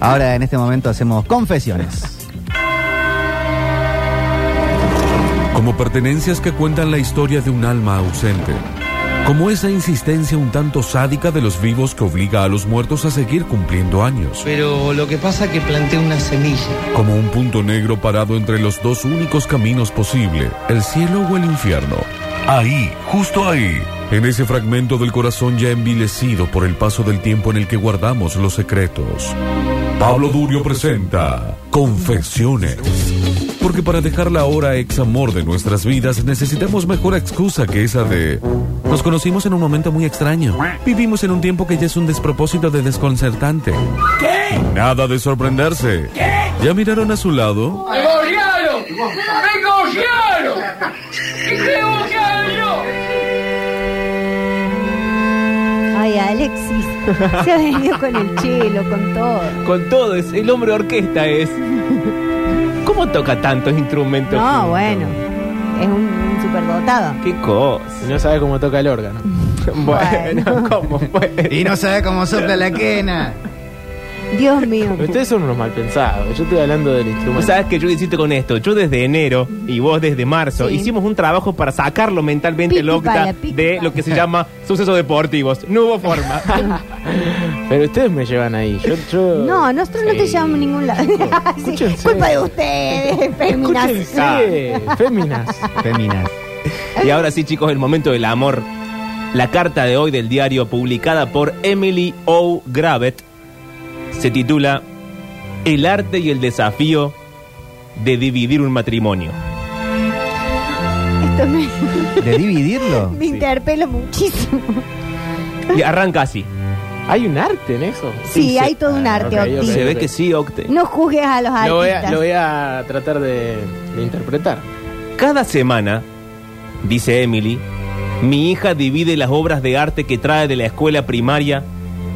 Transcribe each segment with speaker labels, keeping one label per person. Speaker 1: Ahora en este momento hacemos confesiones.
Speaker 2: Como pertenencias que cuentan la historia de un alma ausente. Como esa insistencia un tanto sádica de los vivos que obliga a los muertos a seguir cumpliendo años.
Speaker 3: Pero lo que pasa es que planté una semilla.
Speaker 2: Como un punto negro parado entre los dos únicos caminos posible, el cielo o el infierno. Ahí, justo ahí, en ese fragmento del corazón ya envilecido por el paso del tiempo en el que guardamos los secretos. Pablo Durio presenta Confesiones. Porque para dejar la hora ex amor de nuestras vidas necesitamos mejor excusa que esa de nos conocimos en un momento muy extraño. Vivimos en un tiempo que ya es un despropósito de desconcertante. ¿Qué? Nada de sorprenderse. ¿Ya miraron a su lado?
Speaker 4: ¡Me golpearon! ¡Me golpearon! ¡Y qué golpearon yo!
Speaker 5: Ay, Alexis. Se ha venido con el chelo, con todo.
Speaker 6: Con todo, es el hombre orquesta es. ¿Cómo toca tantos instrumentos?
Speaker 5: No,
Speaker 6: juntos?
Speaker 5: bueno. Es un, un superdotado.
Speaker 6: Qué cosa.
Speaker 7: No sabe cómo toca el órgano.
Speaker 6: Bueno, ¿cómo fue?
Speaker 1: Y no sabe cómo sopla la quena.
Speaker 5: Dios mío.
Speaker 7: Ustedes son unos mal pensados. Yo estoy hablando del
Speaker 6: Vos
Speaker 7: instrumento.
Speaker 6: sabés que yo insisto con esto. Yo desde enero y vos desde marzo
Speaker 5: Sí.
Speaker 6: hicimos un trabajo para sacarlo mentalmente
Speaker 5: Piqui
Speaker 6: el octa
Speaker 5: pala, piqui
Speaker 6: de
Speaker 5: pala.
Speaker 6: lo que se llama sucesos deportivos. No hubo forma.
Speaker 7: Pero ustedes me llevan ahí. Yo, yo-
Speaker 5: No, nosotros no te
Speaker 7: Sí.
Speaker 5: llevamos a ningún lado. Sí,
Speaker 7: Escúchense.
Speaker 5: Culpa de ustedes, féminas.
Speaker 7: Escúchense, féminas.
Speaker 1: Féminas.
Speaker 6: y ahora sí, chicos, el momento del amor. La carta de hoy del diario publicada por Emily O. Gravett se titula El arte y el desafío de dividir un matrimonio.
Speaker 5: Esto me,
Speaker 1: ¿De dividirlo?
Speaker 5: me interpela muchísimo.
Speaker 6: Y arranca así.
Speaker 7: ¿Hay un arte en eso?
Speaker 5: Sí, hay todo un
Speaker 7: Ah,
Speaker 5: arte,
Speaker 7: ok, ok,
Speaker 5: Octi.
Speaker 6: Se
Speaker 7: ok.
Speaker 6: ve que sí, Octe.
Speaker 5: No juzgues a los
Speaker 7: Lo voy a,
Speaker 5: artistas.
Speaker 7: lo voy a tratar de, de interpretar.
Speaker 6: Cada semana, dice Emily, mi hija divide las obras de arte que trae de la escuela primaria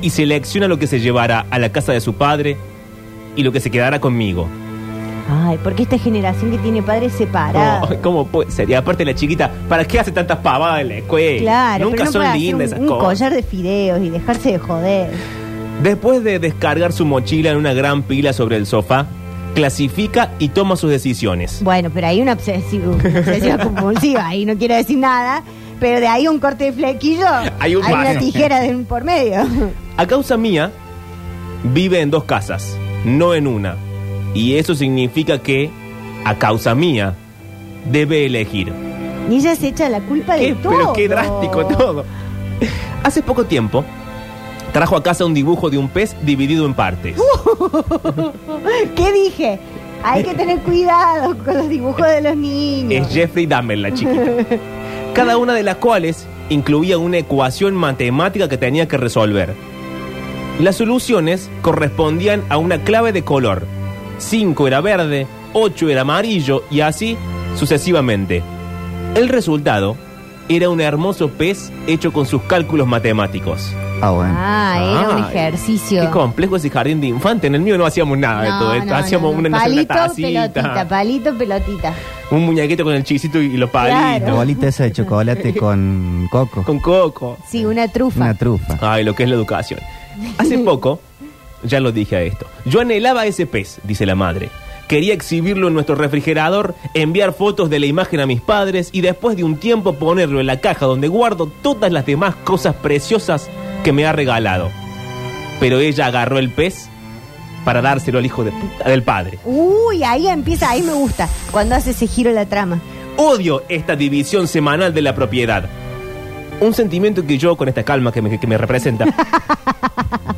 Speaker 6: y selecciona lo que se llevará a la casa de su padre y lo que se quedará conmigo.
Speaker 5: Ay, porque esta generación que tiene padres separados.
Speaker 6: ¿Cómo, cómo puede ser? Y aparte la chiquita, ¿para qué hace tantas pavadas en la escuela?
Speaker 5: Claro,
Speaker 6: Nunca
Speaker 5: pero no
Speaker 6: son
Speaker 5: puede hacer
Speaker 6: lindas esas
Speaker 5: un, un
Speaker 6: cosas.
Speaker 5: collar de fideos y dejarse de joder.
Speaker 6: Después de descargar su mochila en una gran pila sobre el sofá, clasifica y toma sus decisiones.
Speaker 5: Bueno, pero hay una obsesiva, una obsesiva compulsiva ahí, no quiero decir nada. Pero de ahí un corte de flequillo,
Speaker 6: Hay un
Speaker 5: una
Speaker 6: vaso.
Speaker 5: tijera de un por medio.
Speaker 6: A causa mía, vive en dos casas, no en una. Y eso significa que, a causa mía, debe elegir.
Speaker 5: Y ella se echa la culpa de
Speaker 6: ¿Qué?
Speaker 5: todo.
Speaker 6: Pero qué drástico todo. Hace poco tiempo, trajo a casa un dibujo de un pez dividido en partes.
Speaker 5: ¿Qué dije? Hay que tener cuidado con los dibujos de los niños.
Speaker 6: Es Jeffrey Dahmer, la chiquita. Cada una de las cuales incluía una ecuación matemática que tenía que resolver. Las soluciones correspondían a una clave de color. 5 era verde, 8 era amarillo y así sucesivamente. El resultado era un hermoso pez hecho con sus cálculos matemáticos.
Speaker 1: Ah, bueno.
Speaker 5: Ah, era un
Speaker 6: Ay,
Speaker 5: ejercicio.
Speaker 6: Qué complejo ese jardín de infante. En el mío no hacíamos nada de
Speaker 5: No,
Speaker 6: todo esto.
Speaker 5: no,
Speaker 6: hacíamos
Speaker 5: no, no.
Speaker 6: una, una
Speaker 5: palito,
Speaker 6: tacita,
Speaker 5: pelotita, palito, pelotita.
Speaker 6: un muñequito con el chisito y los palitos.
Speaker 1: La bolita esa de chocolate con coco.
Speaker 6: Con coco.
Speaker 5: Sí, una trufa.
Speaker 1: Una trufa.
Speaker 6: Ay, lo que es la educación. Hace poco, ya lo dije a esto, yo anhelaba ese pez, dice la madre. Quería exhibirlo en nuestro refrigerador, enviar fotos de la imagen a mis padres y después de un tiempo ponerlo en la caja donde guardo todas las demás cosas preciosas que me ha regalado. Pero ella agarró el pez para dárselo al hijo de puta del padre.
Speaker 5: Uy, ahí empieza, ahí me gusta. Cuando hace ese giro la trama.
Speaker 6: Odio esta división semanal de la propiedad. Un sentimiento que yo, con esta calma que me, que me representa,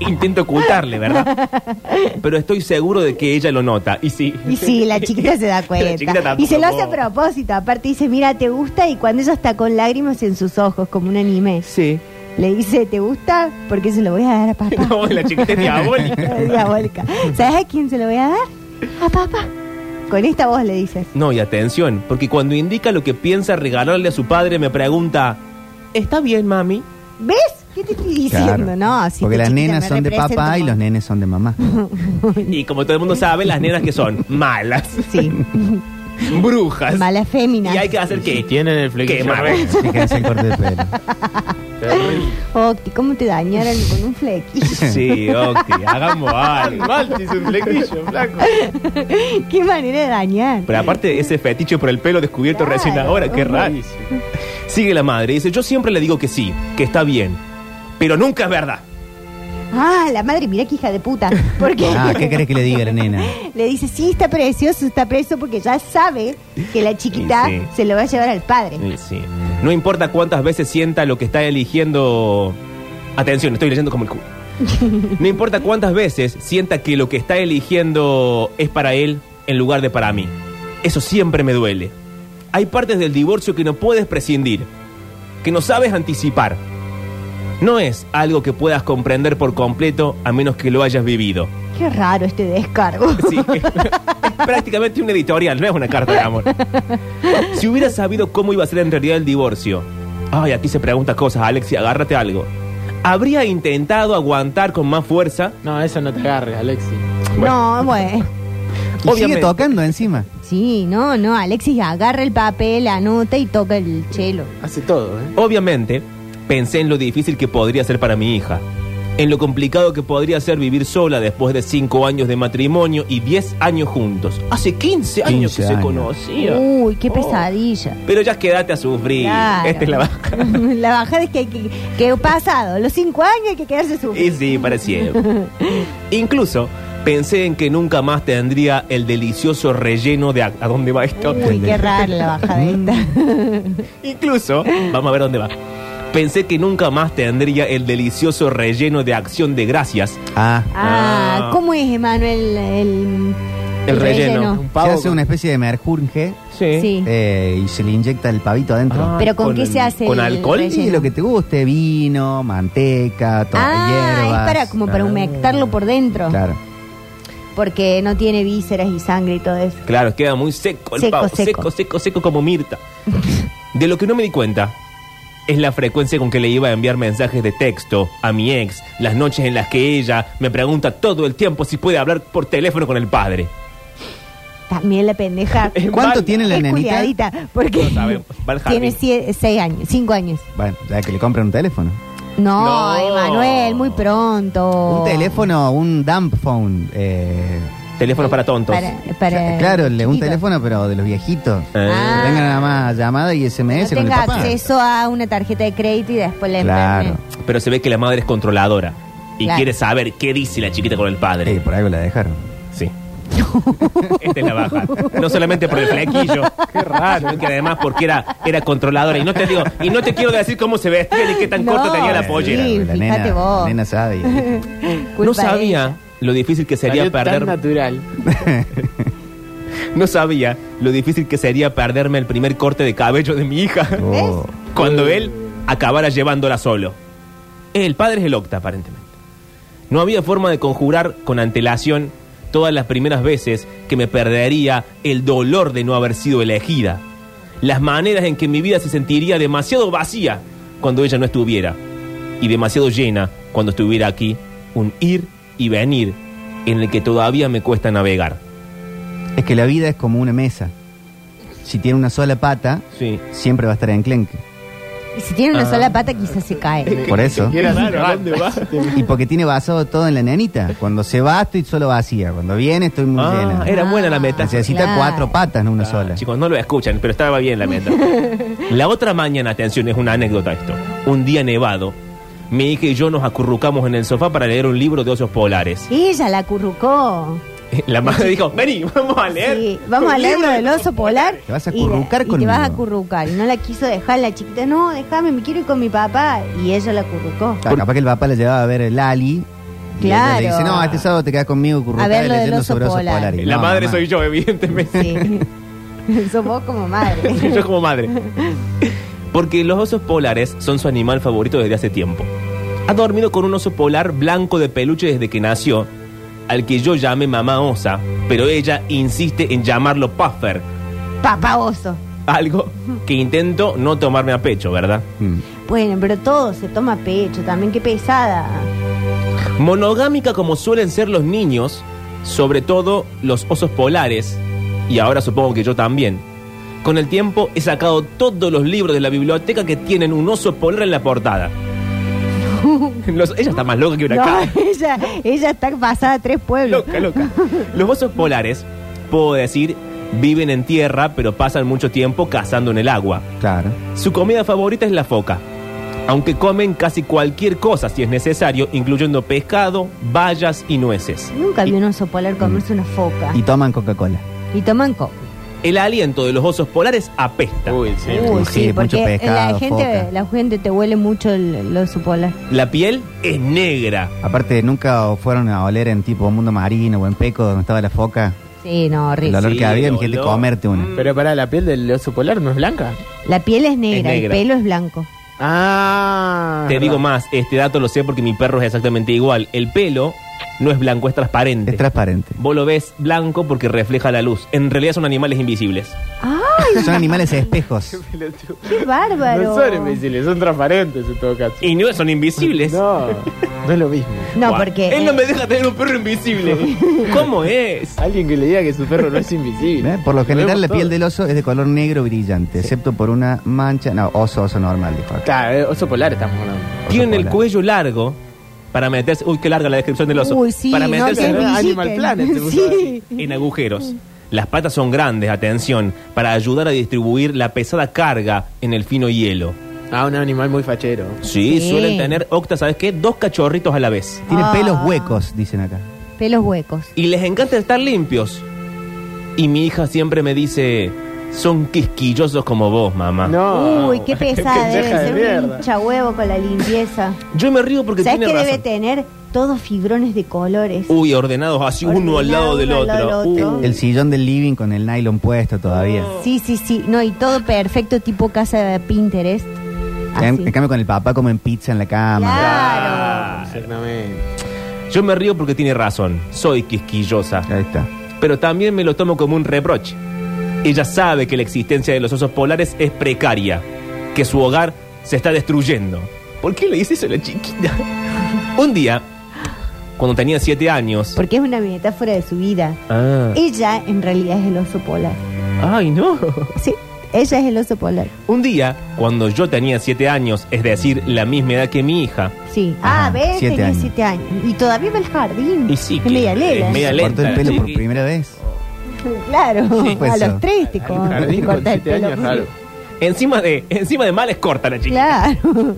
Speaker 6: intento ocultarle, ¿verdad? Pero estoy seguro de que ella lo nota. Y sí.
Speaker 5: Y sí, la chiquita se da
Speaker 6: La chiquita
Speaker 5: cuenta.
Speaker 6: tampoco.
Speaker 5: Y se lo hace a propósito. Aparte dice, mira, te gusta. Y cuando ella está con lágrimas en sus ojos, como un anime,
Speaker 6: Sí.
Speaker 5: le dice, ¿te gusta? Porque se lo voy a dar a papá.
Speaker 6: No, la chiquita es diabólica.
Speaker 5: Diabólica. ¿Sabes a quién se lo voy a dar? A papá. Con esta voz le dices.
Speaker 6: No, y atención, porque cuando indica lo que piensa regalarle a su padre, me pregunta: ¿Está bien, mami?
Speaker 5: ¿Ves? ¿Qué te estoy diciendo?
Speaker 1: Claro.
Speaker 5: No, si
Speaker 1: Porque
Speaker 5: esta
Speaker 1: las
Speaker 5: chiquita
Speaker 1: nenas
Speaker 5: me
Speaker 1: son de
Speaker 5: representa
Speaker 1: papá y
Speaker 5: como-
Speaker 1: los nenes son de mamá.
Speaker 6: Y como todo el mundo sabe, las nenas que son malas,
Speaker 5: Sí,
Speaker 6: brujas.
Speaker 5: malas féminas.
Speaker 6: Y hay que hacer
Speaker 7: Y
Speaker 6: que.
Speaker 7: tienen el flequillo.
Speaker 6: Quemar.
Speaker 1: Fíjense el corte de pelo.
Speaker 7: Terrible.
Speaker 5: Octi, Oh, ¿cómo te dañaron con un flequillo?
Speaker 6: Sí, Octi, hagamos algo.
Speaker 7: Malti es un flequillo, flaco.
Speaker 5: Qué manera de dañar.
Speaker 6: Pero aparte, ese fetiche por el pelo descubierto
Speaker 5: Claro.
Speaker 6: recién ahora, qué raro.
Speaker 7: Rarísimo.
Speaker 6: Sigue la madre, dice, yo siempre le digo que sí, que está bien, pero nunca es verdad.
Speaker 5: Ah, la madre, mira qué hija de puta. Porque
Speaker 1: Ah, ¿qué crees que le diga la nena?
Speaker 5: le dice, sí, está precioso, está preso, porque ya sabe que la chiquita
Speaker 6: Y sí.
Speaker 5: se lo va a llevar al padre.
Speaker 6: Y sí. No importa cuántas veces sienta lo que está eligiendo. Atención, estoy leyendo como el culo. No importa cuántas veces sienta que lo que está eligiendo es para él en lugar de para mí. Eso siempre me duele. Hay partes del divorcio que no puedes prescindir, que no sabes anticipar. No es algo que puedas comprender por completo a menos que lo hayas vivido.
Speaker 5: Qué raro este descargo.
Speaker 6: Sí, es, es prácticamente un editorial, no es una carta de amor. Si hubiera sabido cómo iba a ser en realidad el divorcio, ay, aquí se pregunta cosas, Alexia, agárrate algo. ¿Habría intentado aguantar con más fuerza?
Speaker 7: No, eso no te agarre, Alexi.
Speaker 5: No, bueno.
Speaker 1: Y
Speaker 6: Obviamente.
Speaker 1: sigue tocando encima.
Speaker 5: Sí, no, no, Alexis agarra el papel, anota y toca el chelo.
Speaker 7: Hace todo, ¿eh?
Speaker 6: Obviamente, pensé en lo difícil que podría ser para mi hija, en lo complicado que podría ser vivir sola después de cinco años de matrimonio y 10 años juntos. Hace 15 años
Speaker 1: 15
Speaker 6: que se
Speaker 1: años.
Speaker 6: conocía.
Speaker 5: Uy, qué
Speaker 6: Oh.
Speaker 5: pesadilla.
Speaker 6: Pero ya quédate a sufrir.
Speaker 5: Claro.
Speaker 6: Esta es la baja.
Speaker 5: la bajada es que, hay que, que pasado, los cinco años hay que quedarse su.
Speaker 6: Y sí, para siempre. Incluso pensé en que nunca más tendría el delicioso relleno de a, ¿a dónde va esto.
Speaker 5: Uy, qué rara la bajada esta.
Speaker 6: Incluso, vamos a ver dónde va. Pensé que nunca más tendría el delicioso relleno de acción de gracias.
Speaker 1: Ah,
Speaker 5: Ah,
Speaker 6: Ah.
Speaker 5: ¿cómo es, Emanuel, el,
Speaker 6: El relleno.
Speaker 7: Un
Speaker 1: se
Speaker 7: pavo.
Speaker 1: hace una especie de merjurje
Speaker 5: Sí.
Speaker 1: eh, y se le inyecta el pavito adentro.
Speaker 6: Ah,
Speaker 5: ¿Pero con qué
Speaker 6: el-
Speaker 5: se hace
Speaker 6: ¿Con
Speaker 5: el
Speaker 6: alcohol?
Speaker 5: relleno?
Speaker 1: Y lo que te guste, vino, manteca, to-
Speaker 5: Ah,
Speaker 1: hierbas.
Speaker 5: es para, como para humectarlo por dentro.
Speaker 1: Claro.
Speaker 5: Porque no tiene vísceras y sangre y todo eso.
Speaker 6: Claro, queda muy seco el
Speaker 5: Seco,
Speaker 6: pavo.
Speaker 5: seco.
Speaker 6: Seco, seco, seco como Mirta. De lo que no me di cuenta es la frecuencia con que le iba a enviar mensajes de texto a mi ex, las noches en las que ella me pregunta todo el tiempo si puede hablar por teléfono con el padre.
Speaker 5: También la pendeja.
Speaker 6: Es
Speaker 1: ¿Cuánto
Speaker 6: Val-
Speaker 1: tiene la
Speaker 5: es
Speaker 1: nenita?
Speaker 5: culiadita, porque
Speaker 6: No sabemos, va al
Speaker 5: tiene
Speaker 6: jardín.
Speaker 5: sie- seis años, cinco años.
Speaker 1: Bueno, ya que le compran un teléfono.
Speaker 5: No,
Speaker 6: No.
Speaker 5: Emanuel, muy pronto.
Speaker 1: Un teléfono, un dump phone. eh,
Speaker 6: Teléfonos para tontos.
Speaker 5: Para, para
Speaker 1: claro, le- un
Speaker 5: chiquitos.
Speaker 1: teléfono, pero de los viejitos.
Speaker 6: Eh,
Speaker 5: Eh, Ah.
Speaker 1: Tengan nada más llamada y
Speaker 5: No
Speaker 1: SMS con el
Speaker 5: tenga
Speaker 1: papá.
Speaker 5: acceso a una tarjeta de crédito y después le
Speaker 1: Claro.
Speaker 6: Pero se ve que la madre es controladora y
Speaker 5: Claro.
Speaker 6: quiere saber qué dice la chiquita con el padre.
Speaker 1: Sí, por algo la dejaron.
Speaker 6: Sí. Esta es la baja. No solamente por el flequillo. Qué raro. Sino que además porque era, era controladora. Y no te digo, y no te quiero decir cómo se vestía ni qué tan
Speaker 5: No.
Speaker 6: corto tenía la
Speaker 5: Sí,
Speaker 6: pollera.
Speaker 1: Eh, la nena,
Speaker 5: fíjate vos.
Speaker 1: la nena sabe.
Speaker 6: No sabía lo difícil que sería
Speaker 7: Salió tan
Speaker 6: perder.
Speaker 7: natural.
Speaker 6: No sabía lo difícil que sería perderme el primer corte de cabello de mi hija.
Speaker 1: Oh.
Speaker 6: Cuando
Speaker 7: Eh.
Speaker 6: él acabara llevándola solo. El padre es el octa, aparentemente. No había forma de conjurar con antelación todas las primeras veces que me perdería el dolor de no haber sido elegida. Las maneras en que mi vida se sentiría demasiado vacía cuando ella no estuviera. Y demasiado llena cuando estuviera aquí. Un ir y venir en el que todavía me cuesta navegar.
Speaker 1: Es que la vida es como una mesa. Si tiene una sola pata,
Speaker 6: Sí.
Speaker 1: siempre va a estar en enclenque.
Speaker 5: Y si tiene una
Speaker 6: Ah.
Speaker 5: sola pata, quizás se cae.
Speaker 1: Por eso.
Speaker 7: Quieras, ¿a
Speaker 6: Claro.
Speaker 7: dónde vas?
Speaker 1: Y porque tiene basado todo en la nenita. Cuando se va, estoy solo vacía. Cuando viene, estoy muy
Speaker 6: Ah,
Speaker 1: llena.
Speaker 6: era buena la
Speaker 5: Ah.
Speaker 6: meta.
Speaker 1: Necesita
Speaker 5: Claro.
Speaker 1: cuatro patas, no una sola.
Speaker 6: Ah, Chicos, no lo escuchan, pero estaba bien la meta. la otra mañana, atención, es una anécdota esto. Un día nevado, mi hija y yo nos acurrucamos en el sofá para leer un libro de osos polares.
Speaker 5: Ella la currucó.
Speaker 6: La madre dijo, vení, vamos a leer.
Speaker 5: Sí, vamos a
Speaker 6: un
Speaker 5: leer
Speaker 6: libro
Speaker 5: lo
Speaker 6: de
Speaker 5: del
Speaker 6: osos
Speaker 5: oso polar.
Speaker 1: Te vas a
Speaker 5: y la-
Speaker 1: acurrucar
Speaker 5: y Te
Speaker 1: conmigo.
Speaker 5: vas a acurrucar. Y no la quiso dejar la chiquita. No, déjame, me quiero ir con mi papá. Y ella la acurrucó.
Speaker 1: Ah, capaz que el papá la llevaba a ver el Ali. Y
Speaker 5: Claro.
Speaker 1: ella le dice, no, este sábado te quedas conmigo
Speaker 5: A
Speaker 1: currucada
Speaker 5: ver lo del
Speaker 1: leyendo
Speaker 5: oso
Speaker 1: sobre osos
Speaker 5: polar.
Speaker 1: polares.
Speaker 6: La
Speaker 1: No,
Speaker 6: madre
Speaker 1: mamá.
Speaker 6: soy yo, evidentemente.
Speaker 5: Sí. Sos vos como madre.
Speaker 6: yo como madre. Porque los osos polares son su animal favorito desde hace tiempo. Ha dormido con un oso polar blanco de peluche desde que nació, al que yo llamé mamá osa, pero ella insiste en llamarlo Puffer,
Speaker 5: Papá oso.
Speaker 6: algo que intento no tomarme a pecho, ¿verdad?
Speaker 1: Mm.
Speaker 5: Bueno, pero todo se toma a pecho también. Qué pesada.
Speaker 6: Monogámica como suelen ser los niños, sobre todo los osos polares, y ahora supongo que yo también. Con el tiempo he sacado todos los libros de la biblioteca que tienen un oso polar en la portada. Los- ella está más loca que una
Speaker 5: No,
Speaker 6: cabra.
Speaker 5: ella, ella está pasada a tres pueblos.
Speaker 6: Loca, loca. Los osos polares, puedo decir, viven en tierra, pero pasan mucho tiempo cazando en el agua.
Speaker 1: Claro.
Speaker 6: Su comida favorita es la foca. Aunque comen casi cualquier cosa si es necesario, incluyendo pescado, bayas y nueces.
Speaker 5: Nunca vi un oso polar comerse una foca.
Speaker 1: Mm. Y toman Coca-Cola.
Speaker 5: Y toman coca.
Speaker 6: El aliento de los osos polares apesta.
Speaker 7: Uy, sí.
Speaker 5: Uy,
Speaker 1: sí,
Speaker 5: sí,
Speaker 1: mucho
Speaker 5: porque
Speaker 1: pescado,
Speaker 5: la, gente,
Speaker 1: foca.
Speaker 5: la gente te huele mucho el, el oso polar.
Speaker 6: La piel es negra.
Speaker 1: Aparte, nunca fueron a oler en tipo mundo marino o en Peco, donde estaba la foca.
Speaker 5: Sí, no,
Speaker 1: El
Speaker 5: horrible.
Speaker 1: olor
Speaker 6: Sí,
Speaker 1: que había,
Speaker 6: el
Speaker 1: gente,
Speaker 6: olor.
Speaker 1: comerte una.
Speaker 6: Mm.
Speaker 7: Pero pará, la piel del oso polar no es blanca.
Speaker 5: La piel es negra,
Speaker 6: negra.
Speaker 5: el pelo es blanco.
Speaker 7: Ah.
Speaker 6: Te
Speaker 7: verdad.
Speaker 6: digo más, este dato lo sé porque mi perro es exactamente igual. El pelo no es blanco, es transparente.
Speaker 1: Es transparente.
Speaker 6: Vos lo ves blanco porque refleja la luz. En realidad son animales invisibles.
Speaker 5: ¡Ay,
Speaker 1: Son animales espejos.
Speaker 5: qué bárbaro!
Speaker 7: No son imbéciles, son transparentes en todo caso.
Speaker 6: Y no son invisibles.
Speaker 7: No, no es lo mismo.
Speaker 5: No,
Speaker 6: Guau.
Speaker 5: porque...
Speaker 6: Él no
Speaker 5: eh,
Speaker 6: me deja tener un perro invisible. ¿Cómo es?
Speaker 7: Alguien que le diga que su perro no es invisible.
Speaker 1: ¿Eh? Por lo general, la
Speaker 7: vemos
Speaker 1: piel
Speaker 7: todo.
Speaker 1: del oso es de color negro brillante, excepto por una mancha. No, oso, oso normal, dijo acá.
Speaker 7: Claro, eh, oso polar estamos hablando.
Speaker 6: Tienen el
Speaker 1: polar.
Speaker 6: cuello largo para meterse. Uy, qué larga la descripción del oso.
Speaker 5: Uy, sí,
Speaker 6: para
Speaker 5: no,
Speaker 6: meterse
Speaker 5: que
Speaker 7: en
Speaker 5: es
Speaker 7: Animal
Speaker 5: brilliquen.
Speaker 7: Planet, te puso
Speaker 5: Sí.
Speaker 6: en agujeros. Las patas son grandes, atención, para ayudar a distribuir la pesada carga en el fino hielo.
Speaker 7: Ah, un animal muy fachero.
Speaker 6: Sí,
Speaker 5: Sí.
Speaker 6: suelen tener, Octa, ¿sabes qué? Dos cachorritos a la vez.
Speaker 1: Tiene
Speaker 5: Ah.
Speaker 1: pelos huecos, dicen acá.
Speaker 5: Pelos huecos.
Speaker 6: Y les encanta estar limpios. Y mi hija siempre me dice, son quisquillosos como vos, mamá.
Speaker 7: No.
Speaker 5: Uy, qué pesada debe
Speaker 7: pendeja de
Speaker 5: ser un
Speaker 7: mierda.
Speaker 5: hinchahuevo con la limpieza.
Speaker 6: Yo me río porque
Speaker 5: ¿Sabes
Speaker 6: tiene
Speaker 5: que
Speaker 6: razón.
Speaker 5: debe tener todos fibrones de colores?
Speaker 7: Uh.
Speaker 6: Uy, ordenados así, uno al lado del
Speaker 5: Ordenado, uno al
Speaker 6: otro.
Speaker 5: lado del otro.
Speaker 6: Uh,
Speaker 1: El sillón del living con el nylon puesto todavía.
Speaker 5: Sí, sí, sí. No, y todo perfecto, tipo casa de Pinterest. Así.
Speaker 1: En, en cambio, con el papá comen pizza en la cama.
Speaker 5: Claro.
Speaker 7: Ah, Exactamente.
Speaker 6: Yo me río porque tiene razón. Soy quisquillosa.
Speaker 1: Ahí está.
Speaker 6: pero también me lo tomo como un reproche. Ella sabe que la existencia de los osos polares es precaria, que su hogar se está destruyendo. ¿Por qué le dice eso a la chiquita? un día, cuando tenía siete años...
Speaker 5: Porque es una metáfora de su vida.
Speaker 6: Ah.
Speaker 5: Ella en realidad es el oso polar.
Speaker 6: Ay, no.
Speaker 5: Sí, ella es el oso polar.
Speaker 6: Un día, cuando yo tenía siete años, es decir, la misma edad que mi hija,
Speaker 5: Sí.
Speaker 1: Ajá,
Speaker 5: ah, ves,
Speaker 1: siete
Speaker 5: tenía
Speaker 1: años.
Speaker 5: siete años. Y todavía va al jardín.
Speaker 6: Y sí,
Speaker 5: Es
Speaker 6: que-
Speaker 5: media
Speaker 6: es
Speaker 5: lela.
Speaker 6: media
Speaker 1: Se cortó
Speaker 6: lenta,
Speaker 1: el pelo por
Speaker 6: chiqui.
Speaker 1: primera vez.
Speaker 5: Claro,
Speaker 1: Sí, pues
Speaker 5: a
Speaker 1: eso.
Speaker 5: los tres te, co-
Speaker 7: Jardín
Speaker 5: te
Speaker 7: con
Speaker 5: corta el
Speaker 7: siete
Speaker 5: pelo.
Speaker 7: años, raro.
Speaker 6: encima de, encima de mal es corta la chiquita.
Speaker 5: Claro.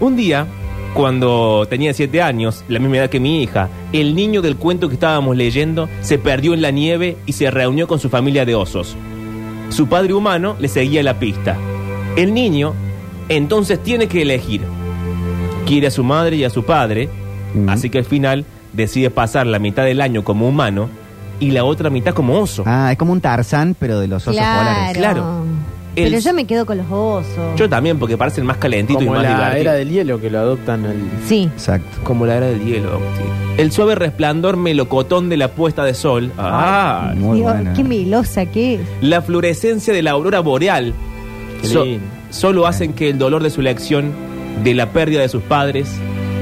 Speaker 6: Un día, cuando tenía siete años, la misma edad que mi hija, el niño del cuento que estábamos leyendo se perdió en la nieve y se reunió con su familia de osos. Su padre humano le seguía la pista. El niño entonces tiene que elegir. Quiere a su madre y a su padre,
Speaker 1: Mm.
Speaker 6: así que al final decide pasar la mitad del año como humano y la otra mitad como oso.
Speaker 1: Ah, es como un Tarzán, pero de los osos polares.
Speaker 6: Claro.
Speaker 5: Pero
Speaker 6: El-
Speaker 5: yo me quedo con los osos.
Speaker 6: Yo también, porque parecen más calentitos y
Speaker 7: Como
Speaker 6: más
Speaker 7: la
Speaker 6: divertidos.
Speaker 7: era del hielo que lo adoptan al.
Speaker 5: Sí.
Speaker 1: Exacto.
Speaker 6: Como la era del hielo, Octi. El suave resplandor melocotón de la puesta de sol. Ah.
Speaker 1: Muy
Speaker 5: Digo,
Speaker 1: buena.
Speaker 5: Qué melosa que es.
Speaker 6: La fluorescencia de la aurora boreal.
Speaker 7: Qué
Speaker 6: So-
Speaker 7: lindo.
Speaker 6: solo hacen que el dolor de su elección, de la pérdida de sus padres,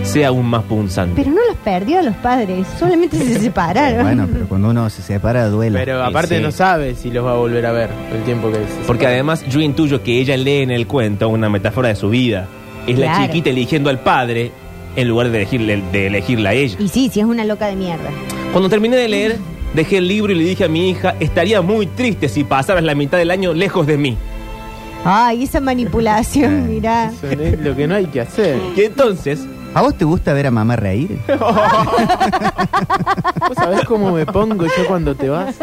Speaker 6: sea aún más punzante.
Speaker 5: Pero no los perdió a los padres, solamente se separaron.
Speaker 1: Bueno, pero cuando uno se separa, duele.
Speaker 7: Pero
Speaker 6: Sí,
Speaker 7: aparte
Speaker 6: sí.
Speaker 7: no sabe si los va a volver a ver el tiempo que se
Speaker 6: Porque
Speaker 7: separa.
Speaker 6: además yo intuyo que ella lee en el cuento una metáfora de su vida. Es la
Speaker 5: Claro.
Speaker 6: chiquita eligiendo al padre en lugar de, elegirle, de elegirla a ella.
Speaker 5: Y sí, sí, es una loca de mierda.
Speaker 6: Cuando terminé de leer, dejé el libro y le dije a mi hija, estaría muy triste si pasaras la mitad del año lejos de mí.
Speaker 5: Ay, esa manipulación,
Speaker 1: Eh,
Speaker 5: mirá.
Speaker 7: Eso es lo que no hay que hacer.
Speaker 6: Y entonces
Speaker 1: ¿A vos te gusta ver a mamá reír?
Speaker 7: ¿Vos sabés cómo me pongo yo cuando te vas?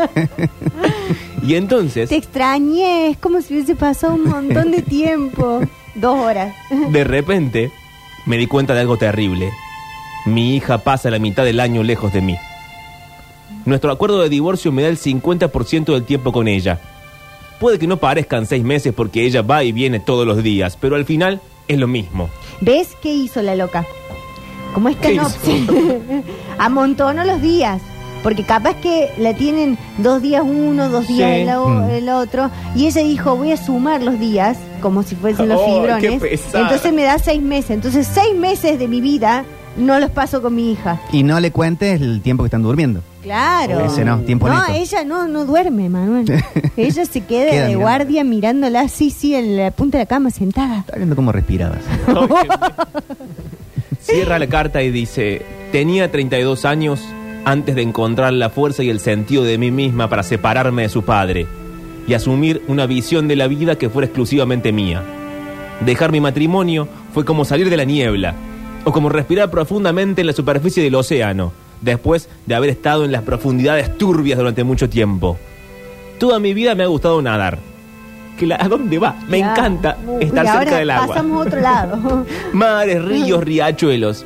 Speaker 6: Y entonces,
Speaker 5: Te extrañé, es como si hubiese pasado un montón de tiempo. Dos horas.
Speaker 6: de repente, me di cuenta de algo terrible. Mi hija pasa la mitad del año lejos de mí. Nuestro acuerdo de divorcio me da el 50% del tiempo con ella. Puede que no parezcan seis meses porque ella va y viene todos los días, pero al final es lo mismo.
Speaker 5: ¿Ves qué hizo la loca? Como esta
Speaker 6: ¿Qué
Speaker 5: noche. Amontonó los días. Porque capaz que la tienen dos días uno, dos días
Speaker 6: Sí.
Speaker 5: el, o-
Speaker 1: Mm.
Speaker 5: el otro. Y ella dijo, voy a sumar los días, como si fuesen los
Speaker 6: Oh, qué
Speaker 5: fibrones.
Speaker 6: pesada.
Speaker 5: Entonces me da seis meses. Entonces seis meses de mi vida no los paso con mi hija.
Speaker 1: Y no le cuentes el tiempo que están durmiendo.
Speaker 5: Claro.
Speaker 1: Ese no, tiempo
Speaker 5: No,
Speaker 1: neto.
Speaker 5: ella no, no duerme, Manuel. ella se queda,
Speaker 1: Queda
Speaker 5: de
Speaker 1: mirando.
Speaker 5: guardia mirándola, sí, sí, en la punta de la cama, sentada.
Speaker 1: Está viendo cómo respirabas.
Speaker 6: Cierra la carta y dice, tenía 32 años antes de encontrar la fuerza y el sentido de mí misma para separarme de su padre y asumir una visión de la vida que fuera exclusivamente mía. Dejar mi matrimonio fue como salir de la niebla o como respirar profundamente en la superficie del océano, después de haber estado en las profundidades turbias durante mucho tiempo. Toda mi vida me ha gustado nadar. Que la- ¿A dónde va? Me
Speaker 5: Ya.
Speaker 6: encanta
Speaker 5: Uy,
Speaker 6: estar
Speaker 5: ahora
Speaker 6: cerca del agua.
Speaker 5: Pasamos a otro lado.
Speaker 6: Mares, ríos, riachuelos.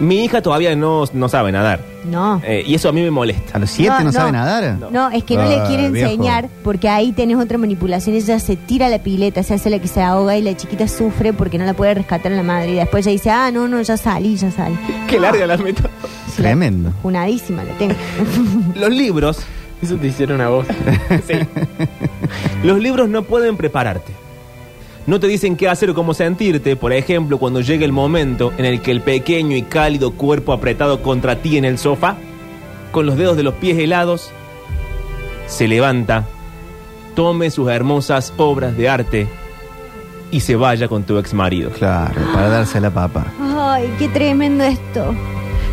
Speaker 6: Mi hija todavía no, no sabe nadar.
Speaker 5: No.
Speaker 6: eh, y eso a mí me molesta.
Speaker 1: A los siete
Speaker 5: No,
Speaker 1: no,
Speaker 5: no.
Speaker 1: sabe nadar.
Speaker 5: No, es que no le
Speaker 1: Ah,
Speaker 5: quiere
Speaker 1: viejo.
Speaker 5: enseñar porque ahí tenés otra manipulación. Ella se tira a la pileta, se hace la que se ahoga y la chiquita sufre porque no la puede rescatar la madre. Y después ella dice, ah, no, no, ya salí, ya salí.
Speaker 6: Qué larga la meta.
Speaker 1: Tremendo.
Speaker 5: Junadísima la tengo.
Speaker 6: Los libros.
Speaker 7: Eso te hicieron a vos.
Speaker 6: sí. Los libros no pueden prepararte. No te dicen qué hacer o cómo sentirte, por ejemplo, cuando llegue el momento en el que el pequeño y cálido cuerpo apretado contra ti en el sofá, con los dedos de los pies helados, se levanta, tome sus hermosas obras de arte y se vaya con tu ex marido.
Speaker 1: Claro, para darse la papa.
Speaker 5: Ay, qué tremendo esto.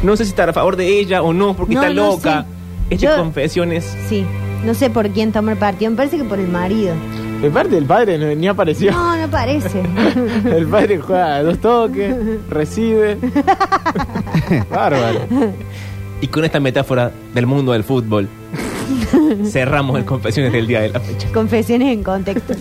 Speaker 6: No sé si estar a favor de ella o no, porque
Speaker 5: No,
Speaker 6: está
Speaker 5: no
Speaker 6: loca.
Speaker 5: sé.
Speaker 6: Estas
Speaker 5: Yo-
Speaker 6: confesiones.
Speaker 5: Sí, no sé por quién tomar partido. Me parece que por el marido.
Speaker 7: De parte del padre no- ni apareció.
Speaker 5: No, no parece.
Speaker 7: El padre juega a dos toques, recibe. Bárbaro.
Speaker 6: Y con esta metáfora del mundo del fútbol, cerramos el confesiones del día de la fecha.
Speaker 5: Confesiones en contexto.